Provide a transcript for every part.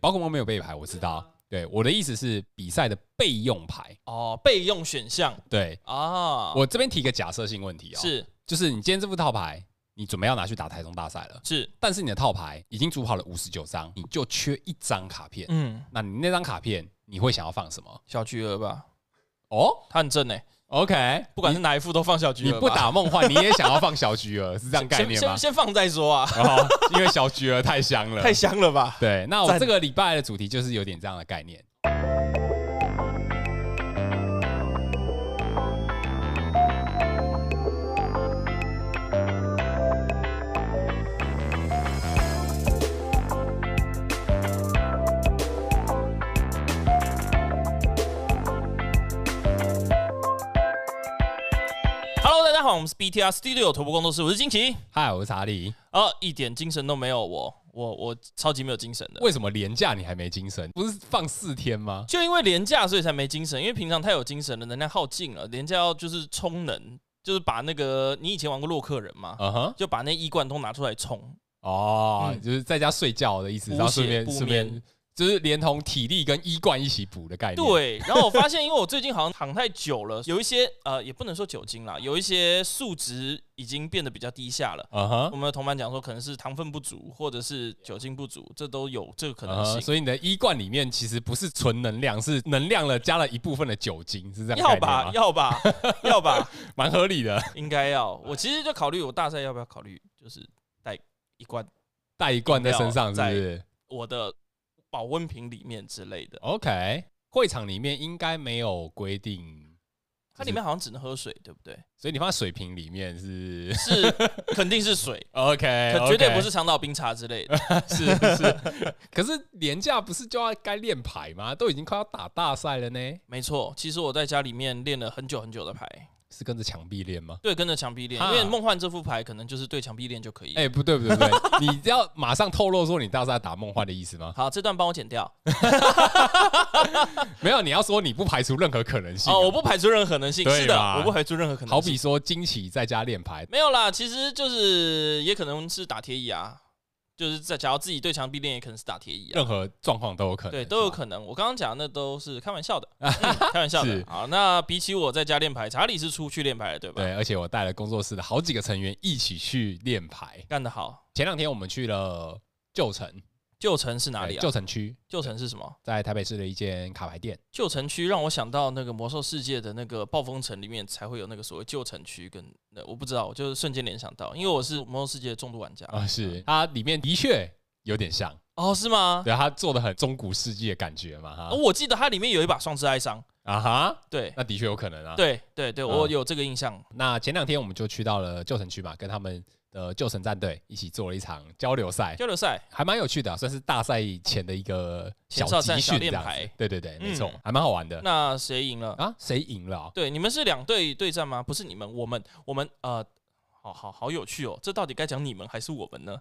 宝可梦没有备牌，我知道。啊对，我的意思是比赛的备用牌。哦，备用选项对，啊，我这边提个假设性问题哦，是就是你今天这副套牌，你准备要拿去打台中大赛了，是，但是你的套牌已经组好了五十九张，你就缺一张卡片。嗯，那你那张卡片你会想要放什么？小巨额吧，哦他很正哎， ，OK，不管是哪一副都放小巨你额吧，不打梦 幻，你也想要放小菊儿，是这样概念先吗先？先放再说啊，哦，因为小菊儿太香了，太香了吧？对，那我赞这个礼拜的主题就是有点这样的概念。 Hello，大家好，我们是 BTR Studio 头部工作室，我是金奇。嗨，我是查理。啊，一点精神都没有我，我我超级没有精神的。为什么廉价你还没精神？不是放四天吗？就因为廉价，所以才没精神。因为平常太有精神了，能量耗尽了。廉价要就是充能，就是把那个你以前玩过洛克人嘛，嗯哼，就把那一罐都拿出来充。哦，嗯就是在家睡觉的意思，补然后顺血便补顺便眠就是连同体力跟衣冠一起补的概念。，对，然后我发现，因为我最近好像躺太久了，有一些呃，也不能说酒精啦，有一些数值已经变得比较低下了。嗯我哼，们的同伴讲说，可能是糖分不足，或者是酒精不足，这都有这个可嗯能哼，性。所以你的衣冠里面其实不是纯能量，是能量了加了一部分的酒精，是这样的要概念吧吗？，要吧，要吧。蛮合理的，应该要。我其实就考虑我大赛要不要考虑，就是带一罐带一罐在身上是不饮是我的保温瓶里面之类哦的。 ？OK，会场里面应该没有规定，它里面好像只能喝水，对不对？所以你放在水瓶里面是 是，肯定是水，哎 OK，可绝对不是长岛冰茶之类的。是是， 可是廉价不是就要该练牌吗？都已经快要打大赛了呢，没错，其实我在家里面练了很久很久的牌，是跟着墙壁练吗？对，跟着墙壁练，啊因为梦幻这副牌可能就是对墙壁练就可以。哎、不对不对不对，你要马上透露说你大赛打梦幻的意思吗？好，这段帮我剪掉。没有，你要说你不排除任何可能性啊、哦，我不排除任何可能性，对是的，嘛我不排除任何可能性。好比说惊奇在家练牌，没有啦，其实就是也可能是打铁椅啊，就是在假如自己对墙壁练，也可能是打铁椅啊。任何状况都有可能，对，是吧都有可能。我刚刚讲的那都是开玩 笑的，嗯开玩笑的是。好，那比起我在家练牌，查理是出去练牌的，对吧？对，而且我带了工作室的好几个成员一起去练牌。干得好。前两天我们去了旧城，旧城是哪里对啊？旧旧城区城是什么？在台北市的一间卡牌店。旧城区让我想到那个魔兽世界的那个暴风城里面才会有那个所谓旧城区跟那我不知道，我就是瞬间联想到，因为我是魔兽世界的重度玩家啊、是它里面的确有点像，哦，是吗？对，啊它做的很中古世纪的感觉嘛，哈哦，，我记得它里面有一把双之哀伤，啊哈，对那的确有可能啊。，对对对，我有这个印象。那前两天我们就去到了旧城区嘛，跟他们的旧城战队一起做了一场交流赛，交流赛还蛮有趣的啊、算是大赛前的一个小前哨集战小训这练样牌子。对对对，没错嗯，还蛮好玩的。那谁赢了？啊，谁赢了啊、对，你们是两队对战吗？不是你们，我们，我们，呃，好好好有趣哦，这到底该讲你们还是我们呢？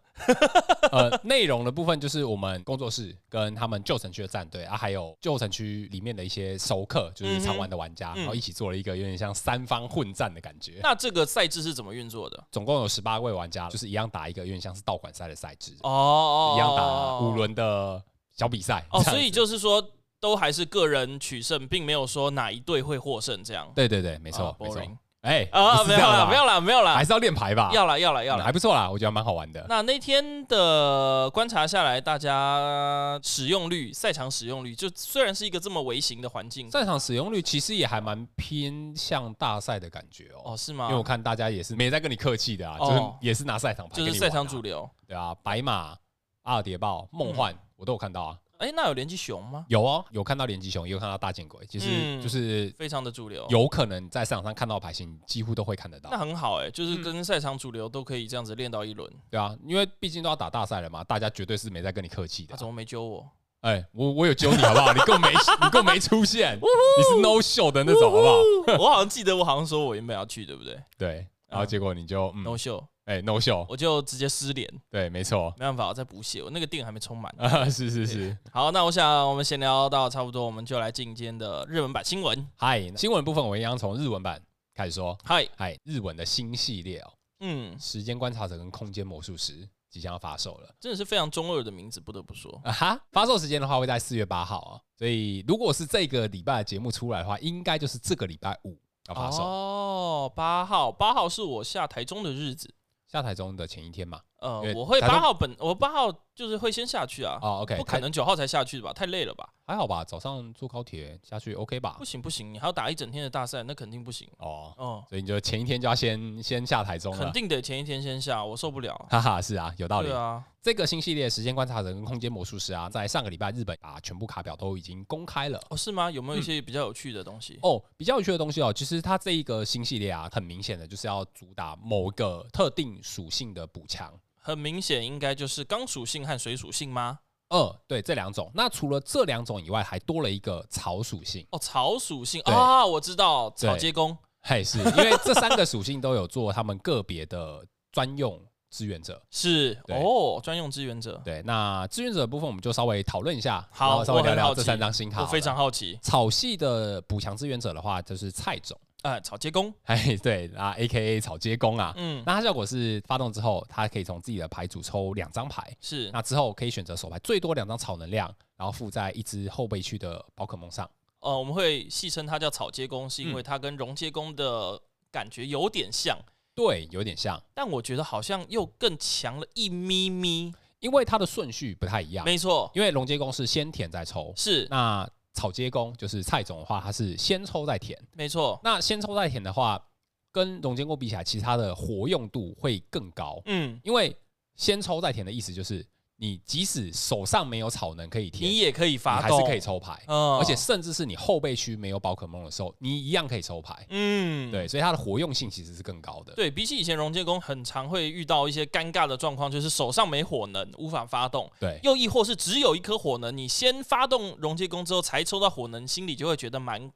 呃， 内容的部分就是我们工作室跟他们旧城区的战队啊，还有旧城区里面的一些熟客，就是常玩的玩家，嗯哼嗯然后一起做了一个有点像三方混战的感觉。那这个赛制是怎么运作的？总共有十八位玩家，就是一样打一个有点像是道馆赛的赛制，哦哦一样打五轮的小比赛。哦，这样所以就是说，都还是个人取胜，并没有说哪一队会获胜这样。对对对，没错、啊没错 boring。哎、啊，不是没这有样啦，吧没有啦，没有啦还，是要练牌吧？要啦，要啦，要嗯啦。还啊不错啦，我觉得蛮好玩的。那那天的观察下来，大家使用率、赛场使用率，就虽然是一个这么微型的环境，战场使用率其实也还蛮偏向大赛的感觉哦哦，是因为我吗？看大家也是没在跟你客气的啊，哦就是也是拿赛场牌、就跟是你赛玩场啊主嗯流。对啊，白马、阿尔迭豹、梦幻，我都有看到啊，哎，那有连击熊吗？有哦，有看到连击熊，也有看到大剑鬼，其实嗯就是非常的主流。有啊可能在赛场上看到的牌型，几乎都会看得那到，很好哎、就是跟赛场主流都可以这样子练到一轮。对啊，因为毕竟都要打大赛了嘛，大家绝对是没在跟你客气他、的怎啊。么没揪 我？哎，我我有揪你好不好？你更没你更没出现，你是 no show 的那种好不好？我好像记得我好像说我原本要去，对不对对，然后结果你就嗯？No，show，哎 no show，我就直接失联，对，没错 没办法，我在补血，我那个电还没充满。啊，是是是。好，那我想我们闲聊到差不多，我们就来进今天的日文版新闻。嗨，新闻部分我一样从日文版开始说。嗨，嗨，日文的新系列哦，嗯，时间观察者跟空间魔术师即将要发售了。真的是非常中二的名字，不得不说。啊哈，发售时间的话会在四月八号啊，所以如果是这个礼拜的节目出来的话，应该就是这个礼拜五要发售，哦，八号，八号是我下台中的日子。下台中的前一天嘛。呃因为，我会台中八号本我八号就是会先下去啊，哦，OK，不可能九号才下去吧？太累了吧？还好吧，早上坐高铁下去 OK 吧不？行不行，你还要打一整天的大赛，那肯定不行。哦，哦，所以你就前一天就要先先下台中肯了，定得前一天先下，我受不了。哈哈，是啊，有道理。对啊，这个新系列《时间观察者》跟《空间魔术师》啊，在上个礼拜日本把全部卡表都已经公开了。哦是吗？有嗯没有一些比较有趣的东西？哦，比较有趣的东西哦，其实它这一个新系列啊，很明显的就是要主打某个特定属性的补强。很明显，应该就是钢属性和水属性吗？二哦对这两种，那除了这两种以外，还多了一个草属性。哦，草属性对啊，我知道，对草接工。嘿，是因为这三个属性都有做他们个别的专用志愿者。是对哦，专用志愿者。对，那志愿者的部分我们就稍微讨论一下，好然后稍微我聊很聊好这奇三张新卡好我了。非常好奇，草系的补强志愿者的话，就是菜种，哎，草接工， 哎，对啊，A K A 草接工啊。嗯，那它效果是发动之后，它可以从自己的牌组抽两张牌，是那之后可以选择手牌最多两张草能量，然后附在一只后备区的宝可梦上。呃，我们会戏称它叫草接工，是嗯因为它跟溶接工的感觉有点像，对，有点像，但我觉得好像又更强了一咪咪。因为它的顺序不太一样，没错，因为龙接工是先舔再抽，是那草接工就是菜种的话，它是先抽再舔。没错，那先抽再舔的话，跟龙肩锅比起来，其实它的活用度会更高，嗯，因为先抽再舔的意思就是，你即使手上没有草能可以舔，你也可以你发还动，是可以，抽牌，嗯而且甚至是你后备区没有宝可梦的时候，你一样可以抽牌。嗯，对，所以它的活用性其实是更高的。对，比起以前溶接工，很常会遇到一些尴尬的状况，就是手上没火能，无法发动。对，又亦或是只有一颗火能，你先发动溶接工之后才抽到火能，心里就会觉得蛮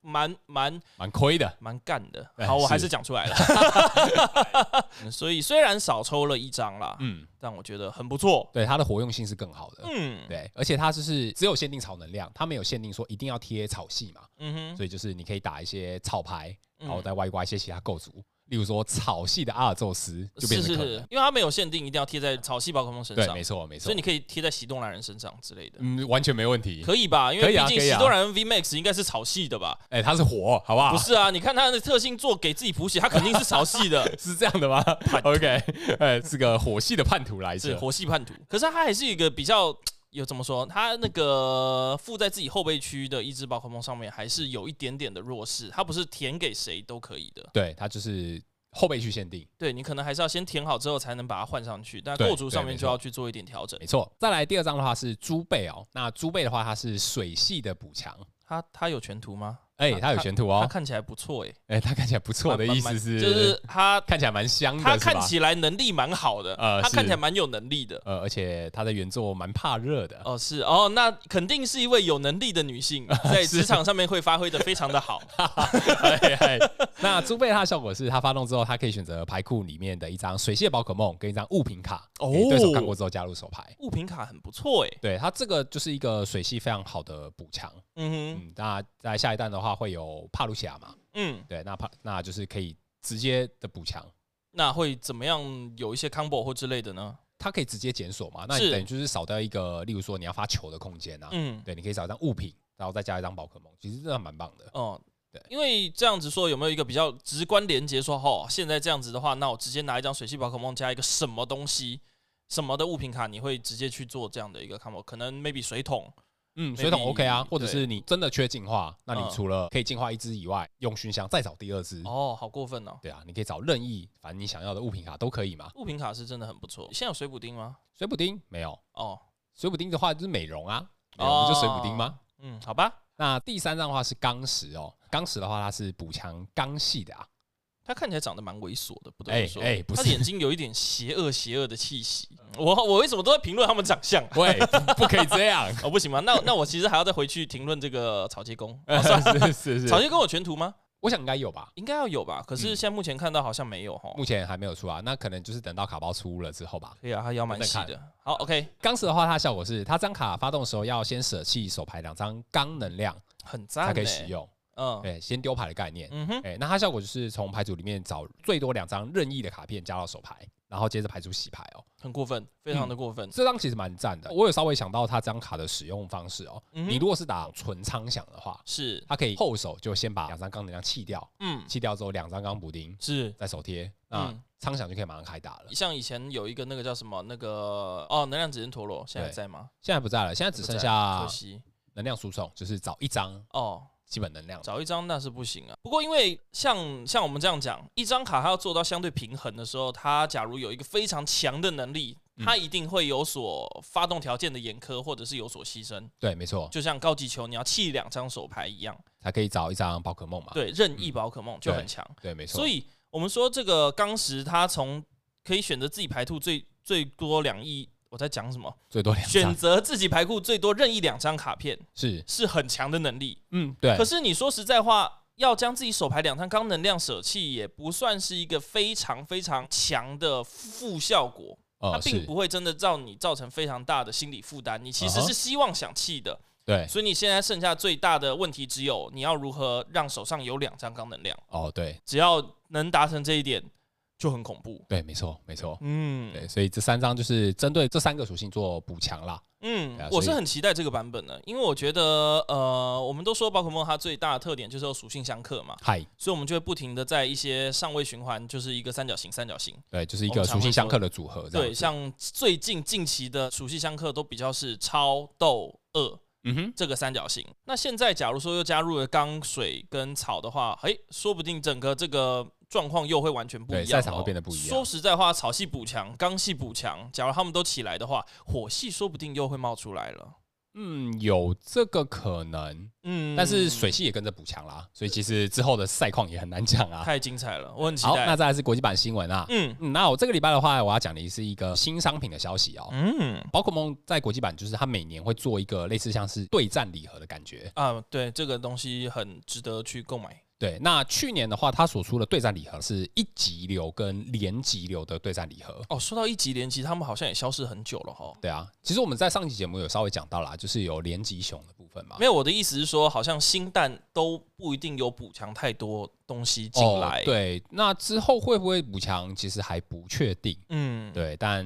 蛮蛮蛮亏的。蛮干的。哎好，我是还是讲出来了。 嗯所以虽然少抽了一张啦，嗯，但我觉得很不错。对，它的活用性是更好的。嗯对，而且它就是只有限定草能量，它没有限定说一定要贴草系嘛，嗯哼，所以就是你可以打一些草牌，然后嗯再外挂一些其他构筑，例如说草系的阿尔宙斯就变是成是可是能。，因为它没有限定一定要贴在草系宝可梦身对，上没，错没所错以你，可以贴在喜动男人身上之类的。嗯，完全没问题。可以吧？因为可以啊毕竟可以喜啊多兰 V Max 应该是草系的吧？哎，它是火，好不好？不是啊，你看它的特性做给自己谱写，它肯定是草系的 ，是这样的吗？OK，哎， 是个火系的叛徒来是着。火系叛徒。啊可是它还是一个比较有怎么说？它那个附在自己后背区的一只宝可梦上面，还是有一点点的弱势。它不是填给谁都可以的，对，它就是后备区限定，对你可能还是要先填好之后才能把它换上去，但对构筑上对面没就要去做一点调整没。错。再来第二张的话是猪背哦，那猪背的话它是水系的补强，它它有全图吗？哎，它它有全图它哦，看起来不错诶、欸，哎，它看起来不错的蛮意蛮思是，就是它看起来蛮香的，它是吧看起来能力蛮好的，呃它看是起来蛮有能力的。呃，而且它的原作蛮怕热的， 哦，是哦，那肯定是一位有能力的女性，啊在职场上面会发挥的非常的好。嘿嘿哎那猪背它的效果是，它发动之后，它可以选择牌库里面的一张水蟹宝可梦跟一张物品卡，哦哦，对手看过之后加入手牌。物品卡很不错欸诶、对它这个就是一个水系非常好的补强，嗯哼，嗯，那在下一弹的话会有帕鲁西亚嘛，嗯，对，那帕那就是可以直接的补强，那会怎么样有一些 combo 或之类的呢？它可以直接检索嘛，那你是等于就是少掉一个，例如说你要发球的空间啊，嗯，对，你可以少一张物品，然后再加一张宝可梦，其实真的蛮棒的，哦、对因为这样子说有没有一个比较直观连接？说哦，现在这样子的话，那我直接拿一张水系宝可梦加一个什么东西什么的物品卡，你会直接去做这样的一个 combo？可能 maybe 水桶，嗯，水桶 maybe- OK 啊，或者对是你真的缺进化，那你嗯除了可以进化一只以外，用熏香再找第二只，哦，好过分哦！对啊，你可以找任意，反正你想要的物品卡啊都可以嘛。物品卡是真的很不错。现在有水补丁吗？水补丁没有，哦，水补丁的话就是美容啊，美容哦不就水补丁吗？嗯，好吧，那第三张的话是钢石哦，钢石的话它是补强钢系的啊，他看起来长得蛮猥琐的，不得哎不说，哎不他是的眼睛有一点邪恶邪恶的气息。嗯我我为什么都在评论他们长相啊？喂，不不可以这 样，哦，不行吗？那那我其实还要再回去评论这个草鸡公。哦算了是是草是，鸡公有全图吗？我想应该有吧，应该要有吧？可是嗯现在目前看到好像没有哈。目前还没有出啊，那可能就是等到卡包出了之后吧。可以啊，他腰蛮细我在的。好，OK，钢石的话，它的效果是它张卡发动的时候要先舍弃手牌两张钢能量很赞、欸，才可以使用，嗯哎，先丢牌的概念。嗯哼，哎，那它效果就是从牌组里面找最多两张任意的卡片加到手牌，然后接着牌组洗牌哦。很过分，非常的过分。这张其实蛮赞的，我有稍微想到它这张卡的使用方式哦。嗯哼你如果是打纯仓想的话，是，它可以后手就先把两张钢能量弃掉，嗯，弃掉之后两张钢补丁是。再手贴，那嗯仓想就可以马上开打了。像以前有一个那个叫什么那个哦，能量指针陀螺现在还对在吗？现在不在了，现在只不剩在下可惜能量输送，就是找一张哦，基本能量。找一张那是不行啊。不过因为像像我们这样讲，一张卡它要做到相对平衡的时候，它假如有一个非常强的能力，嗯它一定会有所发动条件的严苛，或者是有所牺牲。对，没错，就像高级球你要弃两张手牌一样，才可以找一张宝可梦嘛。对，任意宝可梦就啊嗯对很强。对，没错。所以我们说这个钢石，它从可以选择自己排兔最最多两亿。我在讲什么？最多两选张择自己排库最多任意两张卡片是，是很强的能力，嗯，对可，是你说实在话，要将自己手牌两张钢能量舍弃，也不算是一个非常非常强的负效果，它呃，并是，不会真的造你造成非常大的心理负担。你其实嗯哼是希望想弃的，对，所以你现在剩下最大的问题只有你要如何让手上有两张钢能量，哦，对，只要能达成这一点，就很恐怖。对，没错，没错。嗯对，所以这三张就是针对这三个属性做补强啦。对嗯啊，我是所以很期待这个版本的，因为我觉得，呃，我们都说宝可梦它最大的特点就是有属性相克嘛，嗨，所以我们就会不停的在一些上位循环，就是一个三角形，三角形。对，就是一我个们常属会性相说克的组合这样对，子。像最近近期的熟悉相克都比较是超豆二嗯哼，这个三角形。那现在假如说又加入了钢水跟草的话，诶，说不定整个这个状况又会完全不对一样、赛哦，场会变得不一样说实在话，草系补强，钢系补强，假如他们都起来的话，火系说不定又会冒出来了。嗯，有这个可能，嗯，但是水系也跟着补强啦，所以其实之后的赛况也很难讲啊。太精彩了，我很期好，那待。再来是国际版新闻啊。嗯嗯，那我这个礼拜的话，我要讲的是一个新商品的消息哦。嗯宝可梦在国际版就是它每年会做一个类似像是对战礼盒的感觉。啊，对，这个东西很值得去购买。对，那去年的话，它所出的对战礼盒是一级流跟连级流的对战礼盒。哦，说到一级连级，他们好像也消失很久了哈。对啊，其实我们在上期节目有稍微讲到啦，就是有连级熊的部分嘛。没有，我的意思是说，好像新蛋都不一定有补强太多东西进来。哦，，对，那之后会不会补强，其实还不确定。嗯，对，但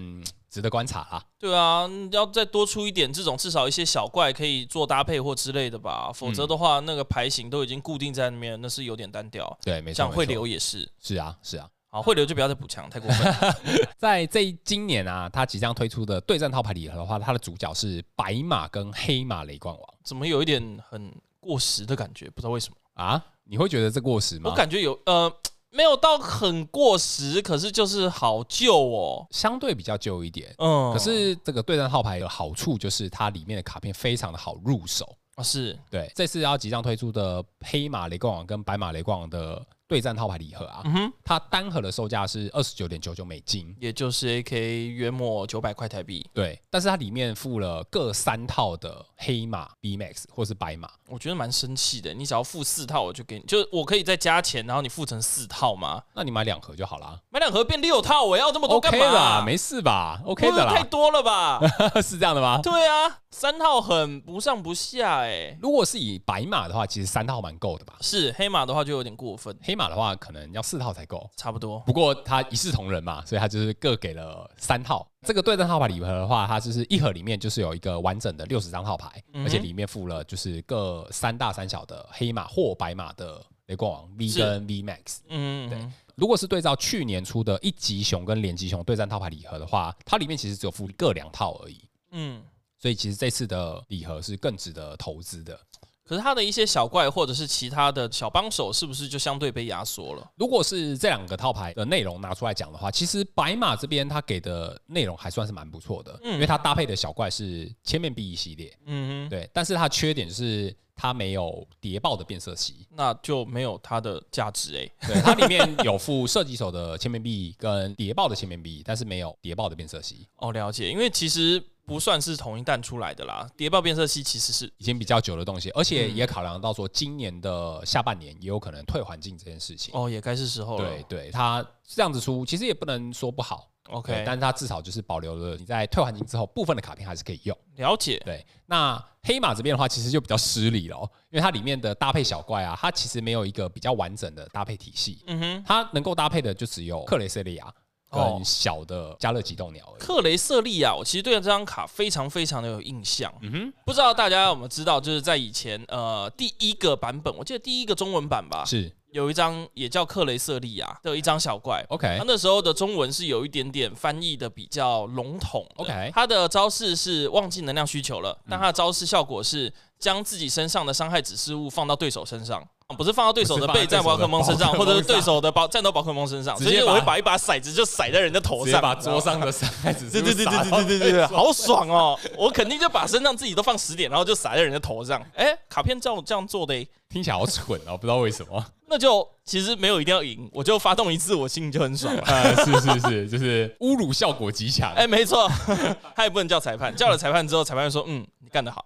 值得观察啦。对啊，要再多出一点这种，至少一些小怪可以做搭配或之类的吧。否嗯则的话，那个牌型都已经固定在那边，那是有点单调。对，没错，像汇没错流也是，是啊，是啊，好，汇流就不要再补强，太 过分了。在这一今年啊，它即将推出的对战套牌礼盒的话，它的主角是白马跟黑马雷冠王怎么有一点很过时的感觉？不知道为什么，啊。你会觉得这过时吗？我感觉有呃。没有到很过时，可是就是好旧哦。相对比较旧一点。嗯，可是这个对战号牌的好处就是它里面的卡片非常的好入手。啊是，对，这次要即将推出的黑马雷冠王跟白马雷冠王的对战套牌礼盒啊，嗯哼，它单盒的售价是二十九点九九美金。也就是 A K 约莫九百块台币。对，但是它里面附了各三套的黑马 B Max 或是白马，我觉得蛮生气的。你只要付四套，我就给你，就是我可以再加钱，然后你付成四套吗？那你买两盒就好啦。买两盒变六套，我要这么多 OK 干嘛？啦，没事吧？OK 的太啦，多了 吧？是这样的吗？对啊，三套很不上不下哎、如果是以白马的话，其实三套蛮够的吧？是黑马的话就有点过分，黑马的话，可能要四套才够。差不多。不过它一视同仁嘛，所以它就是各给了三套。这个对战号牌礼盒的话，它就是一盒里面就是有一个完整的六十张号牌，嗯哼而且里面附了就是各三大三小的黑马或白马的雷光王 V 是跟 V Max。嗯，对如果是对照去年出的一级熊跟连级熊对战套牌礼盒的话，它里面其实只有附各两套而已，嗯。所以其实这次的礼盒是更值得投资的。可是他的一些小怪或者是其他的小帮手，是不是就相对被压缩了？如果是这两个套牌的内容拿出来讲的话，其实白马这边它给的内容还算是蛮不错的，嗯因为它搭配的小怪是千面 B 一系列，嗯哼，对，但是它缺点就是它没有谍报的变色器，那就没有它的价值哎、对，它里面有附射击手的千面 B 跟谍报的千面 B，但是没有谍报的变色器，哦，了解，因为其实不算是同一弹出来的啦。谍报变色器其实是已经比较久的东西，而嗯且也考量到说今年的下半年也有可能退环境这件事情。哦，也该是时候了。对对，它这样子出其实也不能说不好。对，OK，但是它至少就是保留了你在退环境之后部分的卡片还是可以用。了解。对，那黑马这边的话，其实就比较失礼了哦，因为它里面的搭配小怪啊，它其实没有一个比较完整的搭配体系，嗯哼，它能够搭配的就只有克雷瑟利亚哦跟小的加勒吉斗鸟而已。克雷瑟利亚，我其实对这张卡非常非常的有印象。嗯哼，不知道大家有没有知道，就是在以前呃第一个版本，我记得第一个中文版吧，是有一张也叫克雷瑟利亚的一张小怪。 OK 它那时候的中文是有一点点翻译的比较笼统的。 OK 嗯它的招式是忘记能量需求了，但它的招式效果是将自己身上的伤害指示物放到对手身上。不是放到对手的不是放到被战宝可梦身上，对手的宝可梦或者是上对手的宝战斗宝可梦身上，直所接以把我会把一把骰子就骰在人家头直接，上把你知道吗桌上的伤害指 对数对对对对对对对， 好爽哦！我肯定就把身上自己都放十点，然后就撒在人的头 上。哎，卡片照这样做的诶， 听起来好蠢哦，不知道为什 么。那就其实没有一定要赢，我就发动一次，我心里就很 爽了。呃，是是是，就是 侮辱效果极强。哎，没错， 他也不能叫裁判，叫了裁判之后，裁判就说：“嗯，你干得好。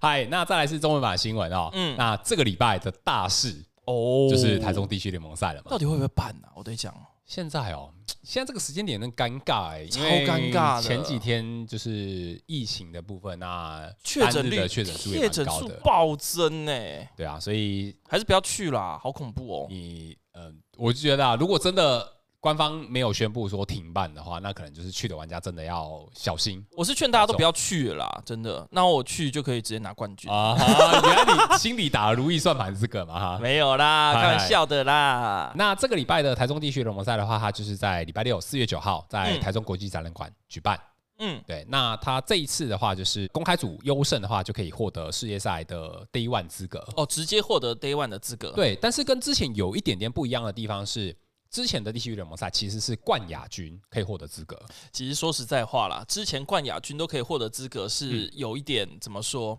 嗨，那再来是中文版新闻哦。嗯那这个礼拜的大事” 哦就是台中地区联盟赛了嘛到。底会不会办啊呢、我得讲，现在哦，现在这个时间点很尴尬哎、超尴尬的因为前几天就是疫情的部分，那确诊单日率、的确诊数也确蛮诊高数的，暴增呢、对啊，所以还是不要去啦，好恐怖哦。你呃，我就觉得啊，如果真的官方没有宣布说停办的话，那可能就是去的玩家真的要小 心我是劝大家都不要去了啦，真的。那我去就可以直接拿冠军。啊！哈原来你心里打了如意算盘是个嘛 哈。没有啦，嗨开玩笑的啦。那这个礼拜的台中地区联盟赛的话，它就是在礼拜六四月九号在嗯台中国际展览馆举办。嗯，对，那他这一次的话，就是公开组优胜的话，就可以获得世界赛的 Day One 资格。哦，直接获得 Day One 的资格。，对，但是跟之前有一点点不一样的地方是，之前的地区联盟赛其实是冠亚军可以获得资格。其实说实在话啦，之前冠亚军都可以获得资格，嗯是有一点、怎么说？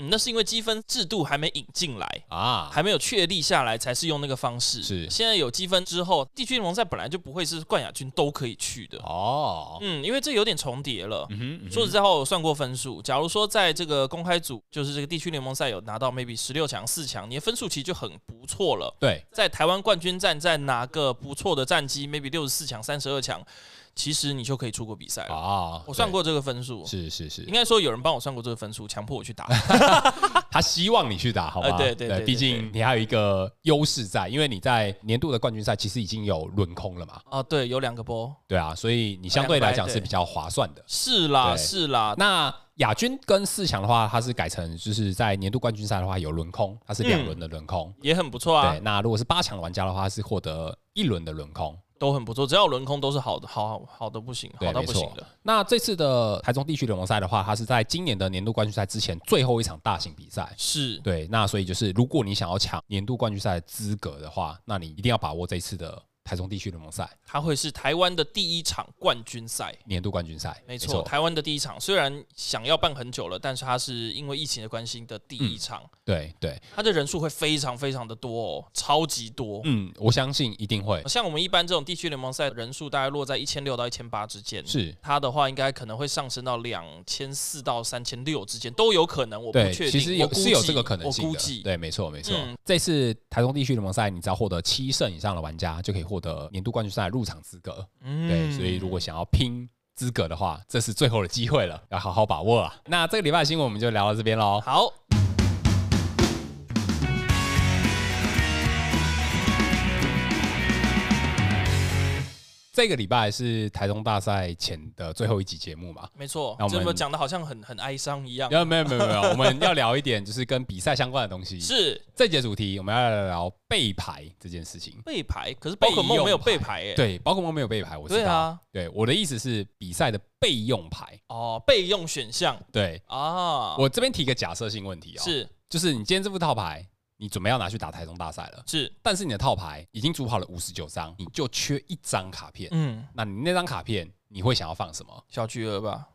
嗯，那是因为积分制度还没引进来。啊，还没有确立下来，才是用那个方式。是现在有积分之后，地区联盟赛本来就不会是冠亚军都可以去的。哦，嗯，因为这有点重叠了。嗯哼，嗯哼说实在话，我算过分数。假如说在这个公开组，就是这个地区联盟赛有拿到 maybe 十六强、四强，你的分数其实就很不错了。对，在台湾冠军战再拿个不错的战绩，maybe 六十四强、三十二强，其实你就可以出国比赛了。啊，哎我算对，过这个分数，是是应是，该说有人帮我算过这个分数，强迫我去 打。他希望你去打，好呃吧？对对对对毕对竟你还有一个优势在，因为你在年度的冠军赛其实已经有轮空了嘛，哦，对，有两个波，对啊，所以你呃相对来讲是对比较划算的。是啦，对是啦。啊那亚军跟四强的话，它是改成就是在年度冠军赛的话有轮空，它是两轮的轮空。也很不错嗯啊对，，那如果是八强的玩家的话，它是获得一轮的轮空。都很不错，只要有轮空都是好的，好好好的不行，对好到不行没的。那这次的台中地区联盟赛的话，它是在今年的年度冠军赛之前最后一场大型比赛。是，对，那所以就是如果你想要抢年度冠军赛的资格的话，那你一定要把握这一次的台中地区联盟赛它会是台湾的第一场冠军赛，年度冠军赛。没错，台湾的第一场虽然想要办很久了，但是它是因为疫情的关系的第一嗯场，对对，它的人数会非常非常的多哦，超级多。嗯，我相信一定会像我们一般这种地区联盟赛人数大概落在一千六到一千八之间，是。它的话应该可能会上升到两千四到三千六之间都有可能，我不对，确定，其实有我估计是有这个可能性的。我估计对，没错没错。嗯这次台中地区联盟赛，你只要获得七胜以上的玩家，就可以获得年度冠军赛入场资格。嗯对，所以如果想要拼资格的话，这是最后的机会了，要好好把握啊。那这个礼拜的新闻我们就聊到这边喽。好，这个礼拜是台中大赛前的最后一集节目嘛？没错那，我这们有没有讲的好像很很哀伤一样？要没有没有没有，我们要聊一点就是跟比赛相关的东西。是这节主题我们要来聊背牌这件事情。背牌，可是宝可梦没有背牌耶、对，宝可梦没有背牌，我知道。对啊，对，我的意思是比赛的备用牌。哦，备用选项对，啊，我这边提个假设性问题哦，是就是你今天这副套牌，你准备要拿去打台中大赛了，是，但是你的套牌已经组好了五十九张，你就缺一张卡片。嗯，那你那张卡片你会想要放什么？小菊儿吧，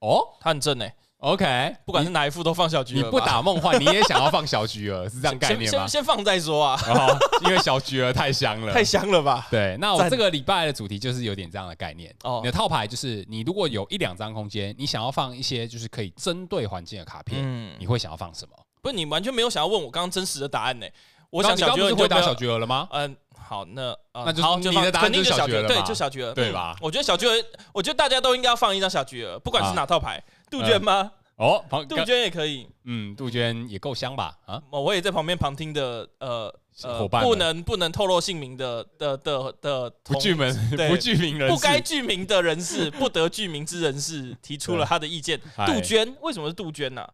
哦，他很正哎、 OK，不管是哪一副都放小菊儿你吧。不打梦幻， 你也想要放小菊儿，是这样概先念吗先？先放再 说啊，哦，因为小菊儿太香了， 太香了吧？对，那我赞这个礼拜的主题就是有点这样的概念。哦你的套牌就是你如果有一两张空间，你想要放一些就是可以针对环境的卡片，嗯，你会想要放什么？不是你完全没有想要问我刚刚真实的答案呢、我刚想你小刚菊不儿是你就回不答要小菊儿了吗？嗯，好，那呃那就是好就你放的答案肯定就是小小菊菊儿儿，了对，嘛就小菊儿，对嗯吧我觉得小菊儿，我觉得大家都应该要放一张小菊儿，不管是啊哪套牌，杜鹃吗？哦，旁杜鹃也可以。嗯，杜鹃也够香吧？啊，哦我也在旁边旁听的，呃呃，伙伴们不能不能透露姓名的的的的不同具名，对不具名人士，不该具名的人士，不得具名之人士提出了他的意见。嗨杜鹃为什么是杜鹃呢、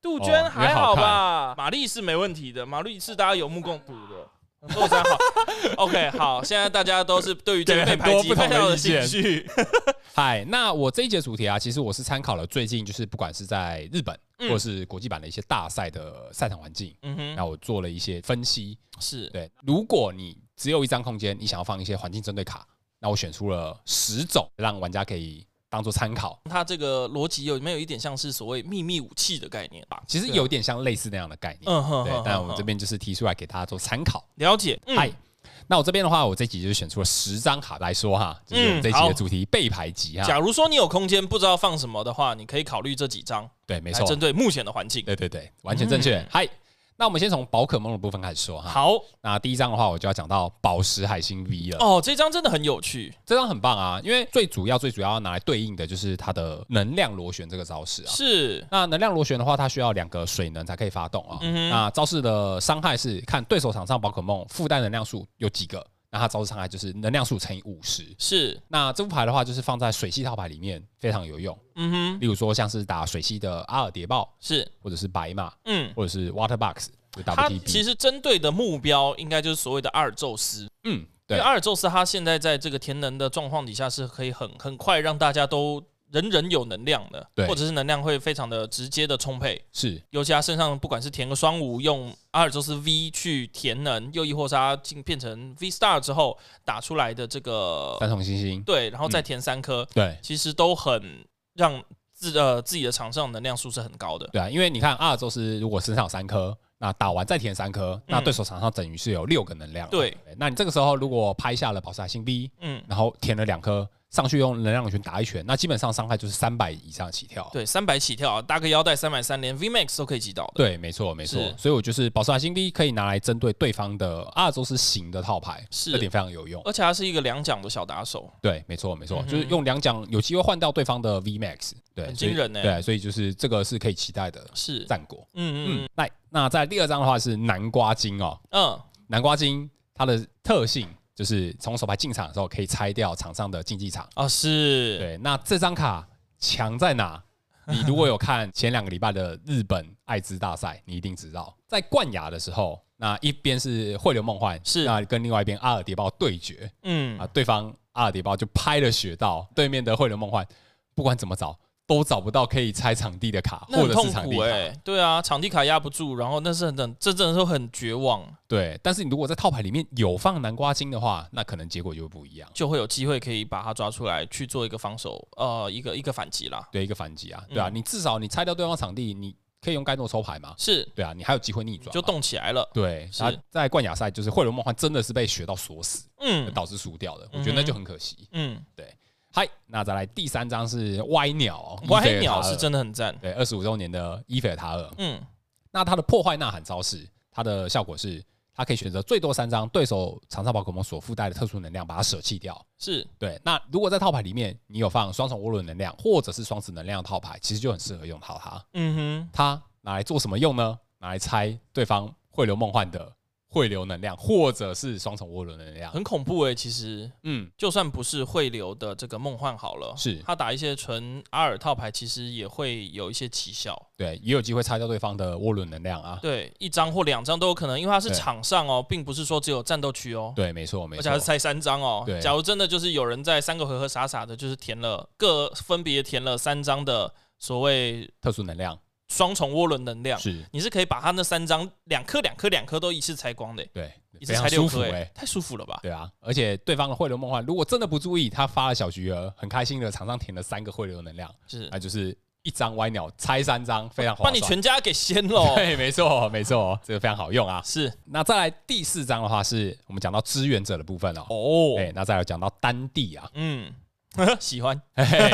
杜哎哦鹃还好因为吧？玛丽是没问题的，玛丽是大家有目共睹的。做得好，OK，好，现在大家都是对于这个被排对挤很多不同非的常有意见兴趣。嗨，那我这一节主题啊，其实我是参考了最近就是不管是在日本、或嗯者是国际版的一些大赛的赛场环境，嗯哼，那我做了一些分析。是对，如果你只有一张空间，你想要放一些环境针对卡，那我选出了十种，让玩家可以当做参考。它这个逻辑有没有一点像是所谓秘密武器的概念吧？其实对啊有点像类似那样的概念，嗯哼，对哼，但哼我这哼边就是提出来给大家做参考。了解，嗯嗨，那我这边的话，我这集就是选出了十张卡来说哈，就是我们这一集嗯好的主题被排级哈。假如说你有空间不知道放什么的话，你可以考虑这几张，对，没来错，针对目前的环境。对对对，完全正确嗯。嗨，那我们先从宝可梦的部分开始说哈。好那第一张的话，我就要讲到宝石海星 V 了。哦，这张真的很有趣，这张很棒啊，因为最主要最主要拿来对应的就是它的能量螺旋这个招式啊。是那能量螺旋的话，它需要两个水能才可以发动啊。嗯哼那招式的伤害是看对手场上宝可梦附带能量数有几个，那它招式伤害就是能量数乘以五十。是，那这副牌的话，就是放在水系套牌里面非常有用，嗯哼，例如说像是打水系的阿尔迭豹，是，或者是白马，嗯，或者是 Water Box，就它其 WTB。实针对的目标应该就是所谓的阿尔宙斯，嗯，因对为阿，尔宙斯他现在在这个天能的状况底下是可以很很快让大家都人人有能量的，对或者是能量会非常的直接的充沛。是尤其他身上不管是填个双五，用阿尔宙斯 V 去填能，又亦或是他进变成 V Star 之后打出来的这个三重星星。对，然后再填三颗，对其实都很让自呃自己的场上能量数是很高的。对啊，因为你看阿尔宙斯如果身上有三颗，那打完再填三颗，那对手场上等于是有六个能量。对，那你这个时候如果拍下了宝石海星 B，嗯，然后填了两颗上去用能量拳打一拳，那基本上伤害就是三百以上起跳。对，三百起跳啊，搭个腰带三百三，连 V Max 都可以击倒的。对，没错没错是。所以我就是宝石海星 B 可以拿来针对对方的阿尔宙斯型的套牌，是这点非常有用。而且他是一个两奖的小打手，对，没错没错，嗯哼就是用两奖有机会换掉对方的 V Max，对，很所以惊人欸对，所以就是这个是可以期待的是，战果。嗯嗯嗯，那那在第二张的话是南瓜精哦，嗯，南瓜精它的特性就是从手牌进场的时候可以拆掉场上的竞技场。啊是，对，那这张卡强在 哪？你如果有看前两个礼拜的日本艾滋大赛，你一定知道，在冠亚的时候，那一边是汇流梦幻，是那跟另外一边阿尔迪豹对决嗯啊，，对方阿尔迪豹就拍了雪道，对面的汇流梦幻不管怎么找都找不到可以拆场地的卡，那或很者是痛场地苦卡。哎，对啊，场地卡压不住，然后那是很这真的是很绝望，对，但是你如果在套牌里面有放南瓜精的话，那可能结果就会不一样。就会有机会可以把他抓出来去做一个防守，呃，一个一个反击啦。对一个反击啊，对啊，嗯你至少你拆掉对方场地，你可以用盖诺抽牌嘛，是，对啊，你还有机会逆转嘛，就动起来了。对。是他在冠亚赛就是惠龙梦幻真的是被学到锁死，嗯导致输掉的，我觉得那就很可惜。嗯，嗨，那再来第三张是歪鸟哦，伊歪菲尔塔鸟尔是真的很赞。对二十五周年的伊菲尔塔尔，嗯，那它的破坏呐喊招式，它的效果是它可以选择最多三张对手场上宝可梦所附带的特殊能量，把它舍弃掉。是，对，那如果在套牌里面你有放双重涡轮能量或者是双子能量的套牌，其实就很适合用到它。嗯它拿来做什么用呢？拿来拆对方汇流梦幻的汇流能量，或者是双重涡轮能哼，量。很恐怖哎、其实，嗯，就算不是汇流的这个梦幻好了，是他打一些纯阿尔套牌，其实也会有一些奇效。对，也有机会拆掉对方的涡轮能量啊。对，一张或两张都有可能，因为它是对场上哦，并不是说只有战斗区哦。对，没错，没而且还错是。拆三张哦对。假如真的就是有人在三个回合傻傻的，就是填了各分别填了三张的所谓特殊能量双重涡轮能量，是，你是可以把它那三张两颗两颗两颗都一次拆光的欸，对，一次非拆常六舒服颗哎、欸，太舒服了吧？对啊，而且对方的汇流梦幻，如果真的不注意，他发了小菊儿，很开心的场上填了三个汇流能量，是那就是一张歪鸟拆三张，哎非常划把算。你全家给掀喽。对，没错，没错，这个非常好用啊。是那再来第四章的话是，我们讲到支援者的部 分哦。哦，哎，那再来讲到单地啊， 嗯，喜欢嘿嘿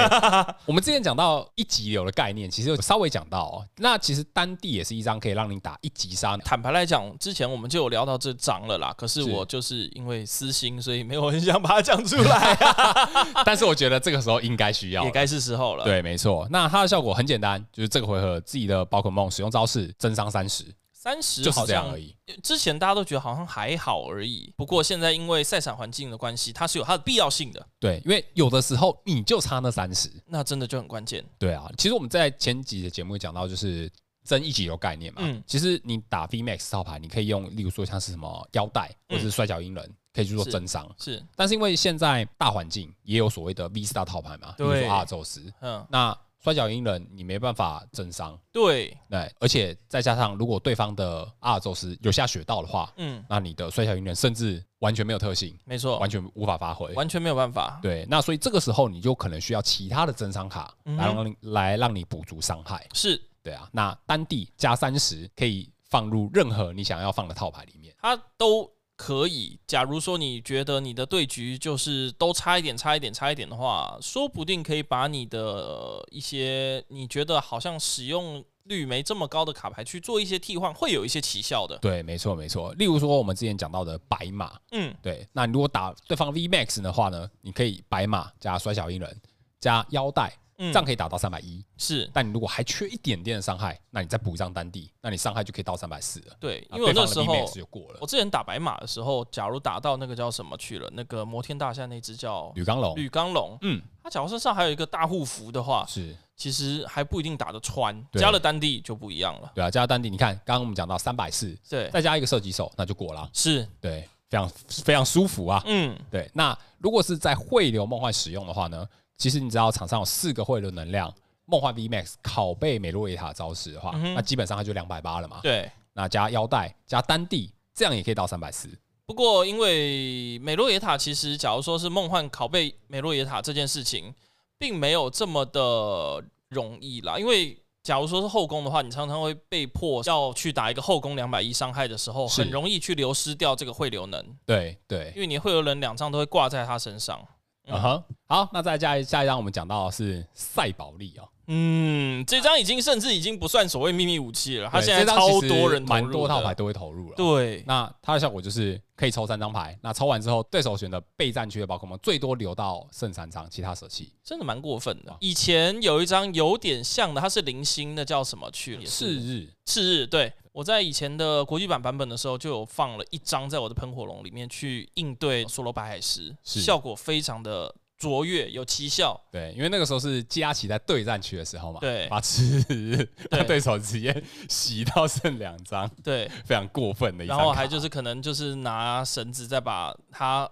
我们之前讲到一级流的概念，其实有稍微讲到哦。那其实单地也是一张可以让你打一级杀鸟，坦白来讲，之前我们就有聊到这章了啦。可是是我就是因为私心，所以没有很想把它讲出来、啊，但是我觉得这个时候应该需要 也了。该是时候了。，对，没错。那它的效果很简单，就是这个回合自己的宝可梦使用招式增伤三十，三十就是好这样像而已。之前大家都觉得好像还好而已，不过现在因为赛场环境的关系，它是有它的必要性的，对，因为有的时候你就差那三十。那真的就很关键。对啊，其实我们在前几的节目讲到，就是增一级流概念嘛。嗯其实你打 V Max 套牌，你可以用，例如说像是什么腰带或者是摔跤鹰人，可以去做嗯是增伤。是，但是因为现在大环境也有所谓的 V Star 套牌嘛，比如对说阿尔宙斯，嗯，那摔跤鹰人你没办法增伤，对，对，而且再加上如果对方的阿尔宙斯有下雪道的话，嗯，那你的摔跤鹰人甚至完全没有特性，没错，完全无法发挥。完全没有办法。对，那所以这个时候你就可能需要其他的增伤卡嗯来让你、来让你补足伤害。是对啊，那单地加三十可以放入任何你想要放的套牌里面。它都可以。假如说你觉得你的对局就是都差一点、差一点、差一点的话，说不定可以把你的呃一些你觉得好像使用率没这么高的卡牌去做一些替换，会有一些奇效的。对，没错没错。例如说我们之前讲到的白马，嗯，对，那你如果打对方 V Max 的话呢，你可以白马加摔小鹰人加腰带，嗯这样可以打到三百一。是但你如果还缺一点点的伤害，那你再补一张单地，那你伤害就可以到三百四了。对，啊因为对我方那的时 V 候 Max 就过了我。之前打白马的时候，假如打到那个叫什么去了，那个摩天大厦那只叫吕刚龙，吕刚龙，嗯，他假如身上还有一个大护符的话，是其实还不一定打得穿，对加了单地就不一样了。对啊，加单地，你看刚刚我们讲到三百四，对，再加一个射击手，那就过了啊。是，对，非常非常舒服啊。嗯，对，那如果是在汇流梦幻使用的话呢，其实你知道场上有四个汇流能量，梦幻 V Max 拷贝美洛伊塔招式的话，嗯哼那基本上它就两百八了嘛。对。那加腰带加单地，这样也可以到三百四。不过，因为美洛野塔其实，假如说是梦幻拷贝美洛野塔这件事情，并没有这么的容易啦。因为假如说是后宫的话，你常常会被迫要去打一个后宫两百一伤害的时候，是很容易去流失掉这个汇流能，对对，因为你汇流能两张都会挂在他身上。嗯嗯哼。好，那再加下一张，我们讲到的是赛宝利哦，嗯，这张已经甚至已经不算所谓秘密武器了，他对现这在张超其实多人投入蛮多套的牌，都会投入了。对，那它的效果就是可以抽三张牌，那抽完之后，对手选的备战区的宝可梦最多留到剩三张，其他舍弃。真的蛮过分的哇。以前有一张有点像的，它是零星，那叫什么去了？次日是，对，我在以前的国际版版本的时候，就有放了一张在我的喷火龙里面去应对索罗白海狮，是效果非常的卓越，有奇效。对，因为那个时候是基拉奇在对战区的时候嘛，对把吃对让对手直接洗到剩两张，对，非常过分的一张然卡。后还就是可能就是拿绳子再把它，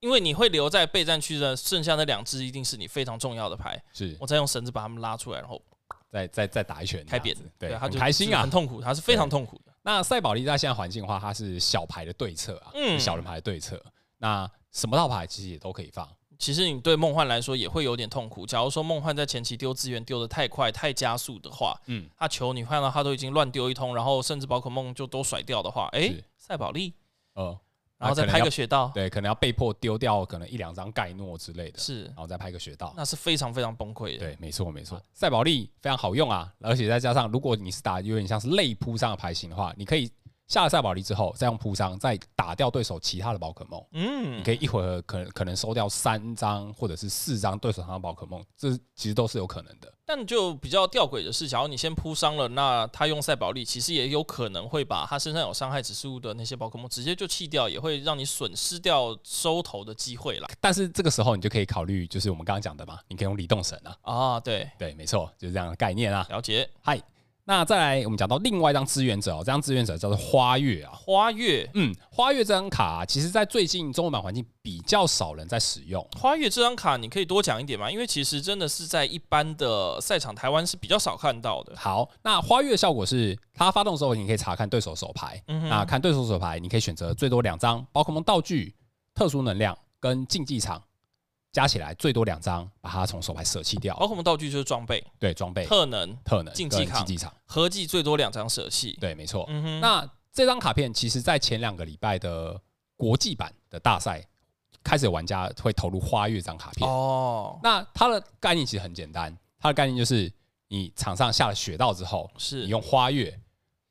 因为你会留在备战区的剩下那两只，一定是你非常重要的牌，是我再用绳子把它们拉出来，然后再再再打一拳开这扁样子，对，它很就开心是啊很。痛苦，它是非常痛苦的。那赛宝利在现在环境的话，它是小牌的对策啊，嗯嗯，小人牌的对策。那什么套牌其实也都可以放，其实你对梦幻来说也会有点痛苦。假如说梦幻在前期丢资源丢的太快、太加速的话，嗯嗯，他球你看到他都已经乱丢一通，然后甚至宝可梦就都甩掉的话，诶，是赛宝利，呃，然那后再可能拍要个雪道，对，可能要被迫丢掉可能一两张盖诺之类的，是然，后再拍个雪道。那是非常非常崩溃的。对，没错没错，赛宝利非常好用啊，而且再加上如果你是打有点像是类扑上的牌型的话，你可以下了赛宝利之后，再用扑伤再打掉对手其他的宝可梦，你嗯，可以一回合可能可能收掉三张或者是四张对手上的宝可梦，这其实都是有可能的。但就比较吊诡的是，假如你先扑伤了，那他用赛宝利其实也有可能会把他身上有伤害指示物的那些宝可梦直接就弃掉，也会让你损失掉收头的机会啦。但是这个时候你就可以考虑，就是我们刚刚讲的嘛，你可以用理动神啊，啊，对，对，没错，就是这样的概念啊。了解。嗨，那再来我们讲到另外一张志愿者哦，这张志愿者叫做花月啊。花月，嗯，花月这张卡啊、其实在最近中文版环境比较少人在使用，花月这张卡，你可以多讲一点吗？因为其实真的是在一般的赛场，台湾是比较少看到的。好，那花月效果是它发动的时候，你可以查看对手手牌。嗯哼那看对手手牌，你可以选择最多两张宝可梦道具、特殊能量跟竞技场加起来最多两张，把它从手牌舍弃掉。宝可梦道具就是装备、对，装备哦特能，特能竞跟技卡竞技场，合计最多两张舍弃。对，没错。嗯哼，那这张卡片其实在前两个礼拜的国际版的大赛开始，有玩家会投入花月这张卡片。哦，那它的概念其实很简单，它的概念就是你场上下了雪道之后，是你用花月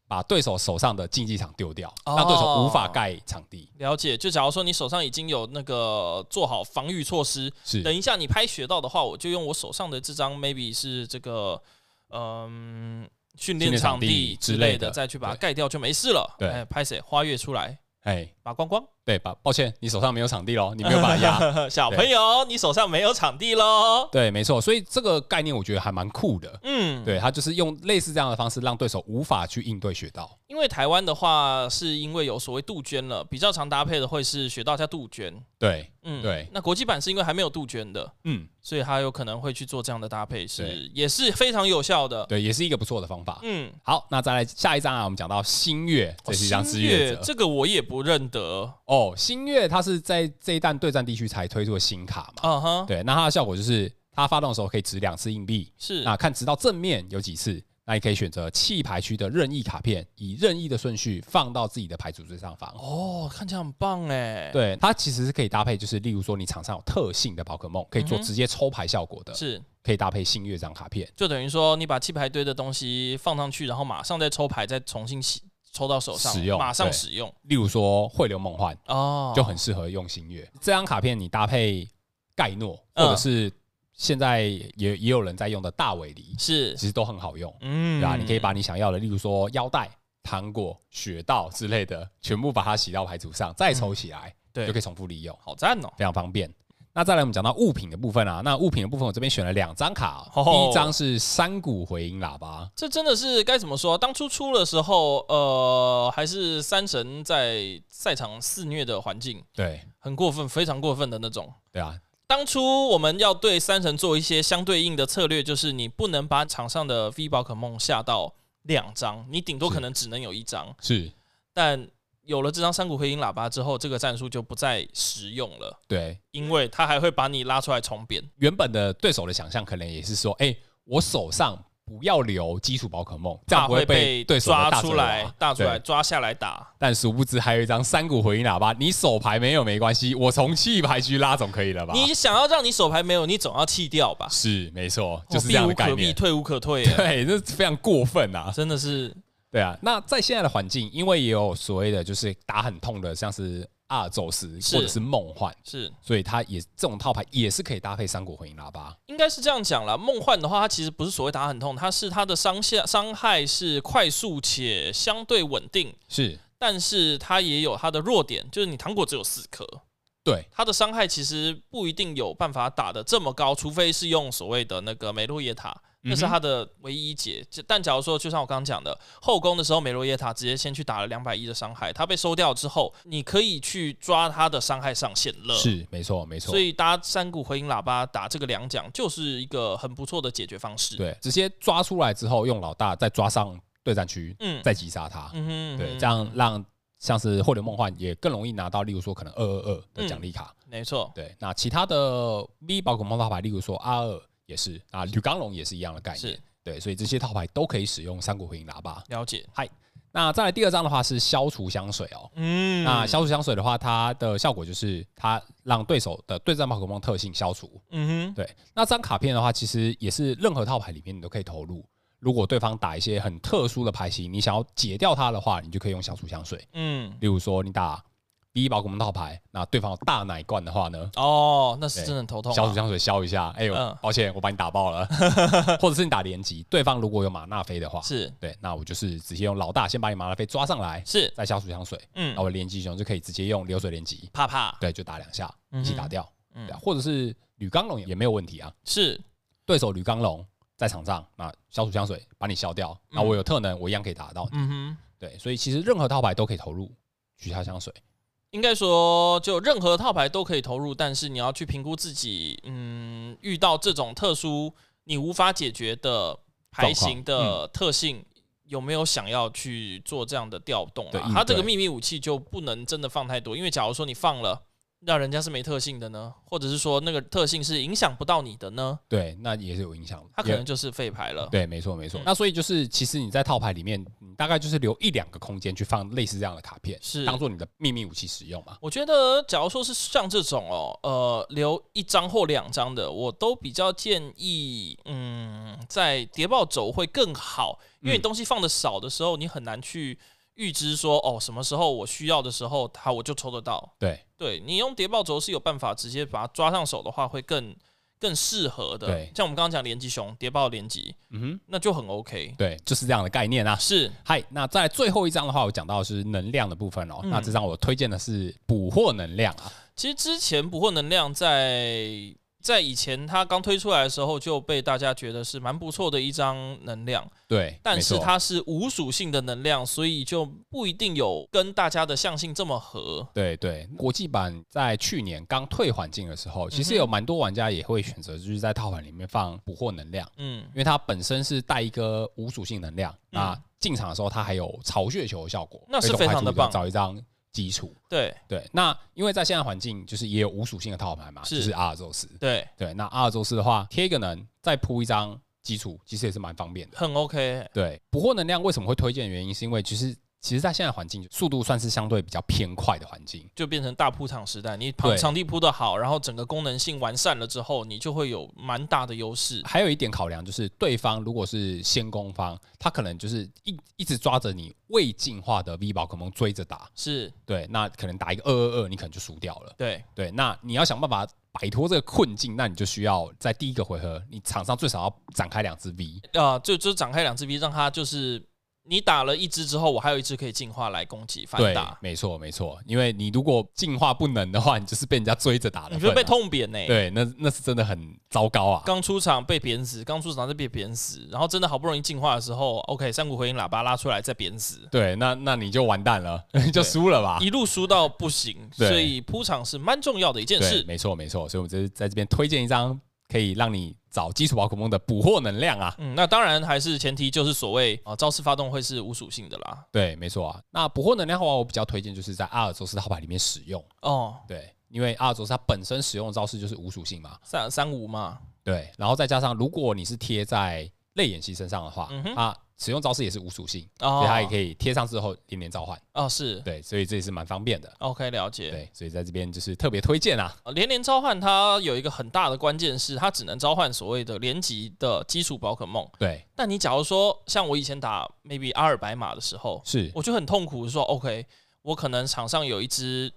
把对手手上的竞技场丢掉，哦让对手无法盖场地。了解。就假如说你手上已经有那个做好防御措施，是等一下你拍雪道的话，我就用我手上的这张，maybe 是这个，嗯。训练练场场地之之类类的，的再去把它对盖掉就没事了。对哎拍谁花月出来，哎，把光光。对吧？抱歉，你手上没有场地 喽，你没有把它压。小朋友，你手上没有场地喽。对，没错。所以这个概念我觉得还蛮酷的。嗯，对，它就是用类似这样的方式，让对手无法去应对雪道。因为台湾的话，是因为有所谓杜鹃了，比较常搭配的会是雪道加杜鹃。对，嗯，对那国际版是因为还没有杜鹃的，嗯，所以它有可能会去做这样的搭配，是对也是非常有效的。对，也是一个不错的方法。嗯，哦好，那再来下一张啊，我们讲到星月，这是一张新志愿者这个我也不认得。哦。星月它是在这一弹对战地区才推出的新卡嘛？啊哈，对，那它的效果就是它发动的时候可以掷两次硬币，是那看直到正面有几次，那你可以选择弃牌区的任意卡片，以任意的顺序放到自己的牌组最上方。哦，看起来很棒哎。，对，它其实是可以搭配，就是例如说你场上有特性的宝可梦，可以做嗯哼直接抽牌效果的，是可以搭配星月这张卡片。就等于说你把弃牌堆的东西放上去，然后马上再抽牌，再重新洗抽到手上，使用马上对使用。例如说汇流梦幻哦，就很适合用星月、这张卡片，你搭配盖诺嗯或者是现在也也有人在用的大尾狸，是其实都很好用，嗯对啊，你可以把你想要的，例如说腰带、糖果、雪道之类的，全部把它洗到牌组上，再抽起来，对就可以重复利用，好赞哦，非常方便。那再来，我们讲到物品的部分啊，那物品的部分我这边选了两张卡哦、哦第一张是山谷回音喇叭，这真的是该怎么说？当初出的时候，呃，还是三神在赛场肆虐的环境，对很过分，非常过分的那种。对啊，当初我们要对三神做一些相对应的策略，就是你不能把场上的 V 宝可梦下到两张，你顶多是可能只能有一张。是但有了这张山谷回音喇叭之后，这个战术就不再实用了，对。因为它还会把你拉出来重编。原本的对手的想象可能也是说，哎、我手上不要留基础宝可梦，这样怕不会被对手的抓大出嘴来娃，大出来对抓下来打。但殊不知还有一张山谷回音喇叭，你手牌没有没关系，我从弃牌区拉总可以了吧？你想要让你手牌没有，你总要弃掉吧？是没错，哦就是这样的概避无可避，念。退无可退耶，对，这非常过分啊！ 真的 是对啊，那在现在的环境，因为也有所谓的就是打很痛的，像是阿尔宙斯是或者是梦幻，是所以它也这种套牌也是可以搭配山谷回音喇叭。应该是这样讲啦。梦幻的话，它其实不是所谓打很痛，它是它的伤下伤害是快速且相对稳定，是，但是它也有它的弱点，就是你糖果只有四颗，对，它的伤害其实不一定有办法打得这么高，除非是用所谓的那个梅洛耶塔。那嗯是它的唯一解，就但假如说，就像我刚刚讲的，后宫的时候，梅洛耶塔直接先去打了两百一的伤害，它被收掉之后，你可以去抓它的伤害上限了。是没错没错所。以搭山谷回音喇叭打这个两奖，就是一个很不错的解决方式。，对，直接抓出来之后，用老大再抓上对战区，嗯，再击杀他。嗯哼，对，嗯这样让像是霍流梦幻也更容易拿到，例如说可能二二二的嗯奖励卡。没错，对，那其他的 V 宝可梦套牌，例如说 R 二也是，啊，铝钢龙也是一样的概是念。对，所以这些套牌都可以使用三国回音喇叭。了解。那再来第二张的话是消除香水哦。嗯那消除香水的话，它的效果就是它让对手的对战宝可梦特性消除，嗯哼，对，那这张卡片的话，其实也是任何套牌里面你都可以投入。如果对方打一些很特殊的牌型，你想要解掉它的话，你就可以用消除香水。嗯，例如说，你打 B 宝可梦套牌，那对方有大奶罐的话呢，哦，那是对真的很头痛啊。消除香水消一下。哎呦，嗯抱歉，我把你打爆 了。或者是你打连击，对方如果有马纳菲的话，是对，那我就是直接用老大先把你马纳菲抓上来，是，再消除香水，嗯那，我连击熊就可以直接用流水连击，怕怕对，就打两下一起打掉。嗯对啊或者是铝钢龙也没有问题啊。是对手吕刚龙在场上，那消除香水把你消掉，那我有特能，我一样可以打到你。嗯哼。对，所以其实任何套牌都可以投入取消香水。应该说，就任何套牌都可以投入，但是你要去评估自己，嗯，遇到这种特殊你无法解决的牌状型况嗯的特性，有没有想要去做这样的调动对啊应？它这个对秘密武器就不能真的放太多，因为假如说你放了，让人家是没特性的呢？或者是说那个特性是影响不到你的呢？对，那也是有影响的。他可也能就是废牌了。对，没错没错嗯。那所以就是，其实你在套牌里面，你大概就是留一两个空间去放类似这样的卡片，是当做你的秘密武器使用嘛。我觉得，假如说是像这种哦，呃，留一张或两张的，我都比较建议，嗯，在谍报走会更好，因嗯为你东西放的少的时候，你很难去预知说，哦，什么时候我需要的时候，它我就抽得到。对对你用谍报轴是有办法直接把它抓上手的话，会更更适合的。对像我们刚刚讲连击熊谍报连击，嗯哼，那就很 OK。对，就是这样的概念啊。是嗨，那在最后一张的话，我讲到的是能量的部分哦。嗯那这张我推荐的是捕获能量啊。其实之前捕获能量在在以前它刚推出来的时候就被大家觉得是蛮不错的一张能量，对，但没是错它是无属性的能量，所以就不一定有跟大家的象性这么合。对对，国际版在去年刚退环境的时候，嗯其实有蛮多玩家也会选择就是在套环里面放捕获能量，嗯因为它本身是带一个无属性能量，那进场的时候它还有巢穴球的效果，嗯那是所以这种非牌组常的就棒找一张基础。对对，那因为在现在环境就是也有无属性的套牌嘛，是就是阿尔宙斯。对，对，那阿尔宙斯的话，贴一个能，再铺一张基础，其实也是蛮方便的。很 OK。对，捕获能量为什么会推荐？原因是因为其实其实，在现在环境速度算是相对比较偏快的环境。就变成大铺场时代，你场对场地铺的好，然后整个功能性完善了之后，你就会有蛮大的优势。还有一点考量就是，对方如果是先攻方，他可能就是一一直抓着你未进化的 V 宝可梦追着打，是对，那可能打一个二二二，你可能就输掉了。对，对，那你要想办法摆脱这个困境，那你就需要在第一个回合，你场上最少要展开两只 V。啊、就就展开两只 V，让它就是你打了一只之后，我还有一只可以进化来攻击反对打，，没错没错，因为你如果进化不能的话，你就是被人家追着打的你份啊、就被痛扁呢、欸对，那那是真的很糟糕啊。刚出场被扁死，刚出场再被扁死，然后真的好不容易进化的时候，OK，三股回音喇叭拉出来再扁死，对，那那你就完蛋了， 你就输了吧。一路输到不行，啊对所以铺场是蛮重要的一件对，事。没错没错，所以我们这是在这边推荐一张可以让你找基础宝可梦的捕获能量啊。嗯，那当然还是前提就是所谓啊、招式发动会是无属性的啦。对，没错啊。那捕获能量的话，我比较推荐就是在阿尔宙斯套牌里面使用。哦，对，因为阿尔宙斯它本身使用的招式就是无属性嘛。三三五嘛，对，然后再加上如果你是贴在泪眼牺身上的话，嗯哼啊，使用招式也是无属性，所哦以，它也可以贴上之后连连召唤。哦，是对，所以这也是蛮方便的。 OK 了解。对，所以在这边就是特别推荐啊。呃连连召唤它有一个很大的关键是，它只能召唤所谓的连级的基础宝可梦。对，但你假如说像我以前打 maybe 阿尔白马的时候，是，我就很痛苦说 OK，我可能场上有一只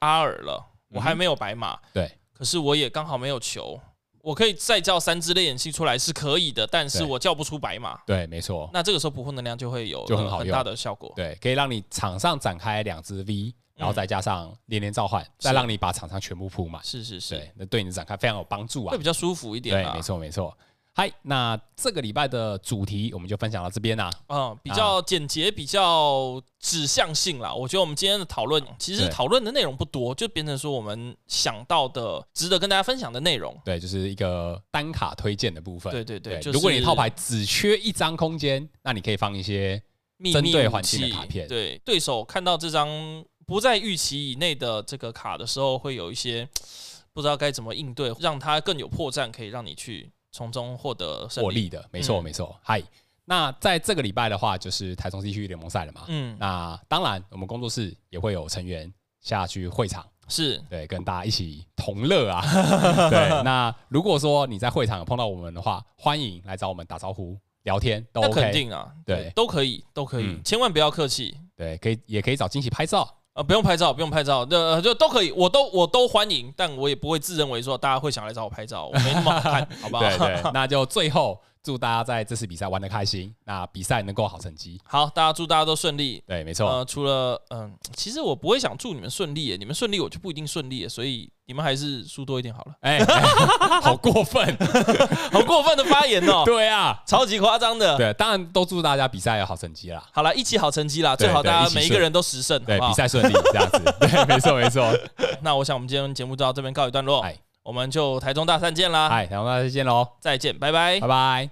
阿尔了，我还没有白马，嗯对，可是我也刚好没有球，我可以再叫三只泪眼系出来是可以的，但是对我叫不出白马。对，没错。那这个时候捕获能量就会有呃就很好很用大的效果。对，可以让你场上展开两只 V，然后嗯再加上连连召唤，再让你把场上全部铺满。是是是，对，那对你的展开非常有帮助啊会比。较舒服一点对啦。，没错没错。嗨，那这个礼拜的主题我们就分享到这边啦、啊嗯，比较简洁，比较指向性啦。我觉得我们今天的讨论，其实对讨论的内容不多，就变成说我们想到的、值得跟大家分享的内容。对，就是一个单卡推荐的部分。对对对，就是如果你套牌只缺一张空间，那你可以放一些。秘密针对武环境的器卡片对对手看到这张不在预期以内的这个卡的时候，会有一些不知道该怎么应对，让他更有破绽，可以让你去从中获得胜获利的，没错、嗯没错。嗨，那在这个礼拜的话，就是台中地区联盟赛了嘛。嗯，那当然，我们工作室也会有成员下去会场。是对，跟大家一起同乐啊。 对，那如果说你在会场有碰到我们的话，欢迎来找我们打招呼、聊天都那肯 OK。定啊，对都可以，都可以，嗯千万不要客气。对，可以也可以找惊喜拍照。呃，不用拍照，不用拍照，那、呃就都可以，我都我都欢迎，但我也不会自认为说大家会想来找我拍照，我没那么 好看，好不好？对对，那就最后祝大家在这次比赛玩的开心，那比赛能够好成绩。 好，大家祝大家都顺利。对，没错，呃，除了嗯、其实我不会想祝你们顺利耶，你们顺利我就不一定顺利耶，所以你们还是输多一点好了。 哎、 哎好过分，好过分的发言哦，对啊，超级夸张的。对，当然都祝大家比赛有好成绩啦。好了，一起好成绩啦，对最好对大一家起每一顺个人都十胜，好对，不比好？赛顺利这样子，对，没错没 错。那我想我们今天节目就到这边告一段落哎，我们就台中大赛见啦，嗨，然后大家再见喽，哎再见，拜拜拜。拜。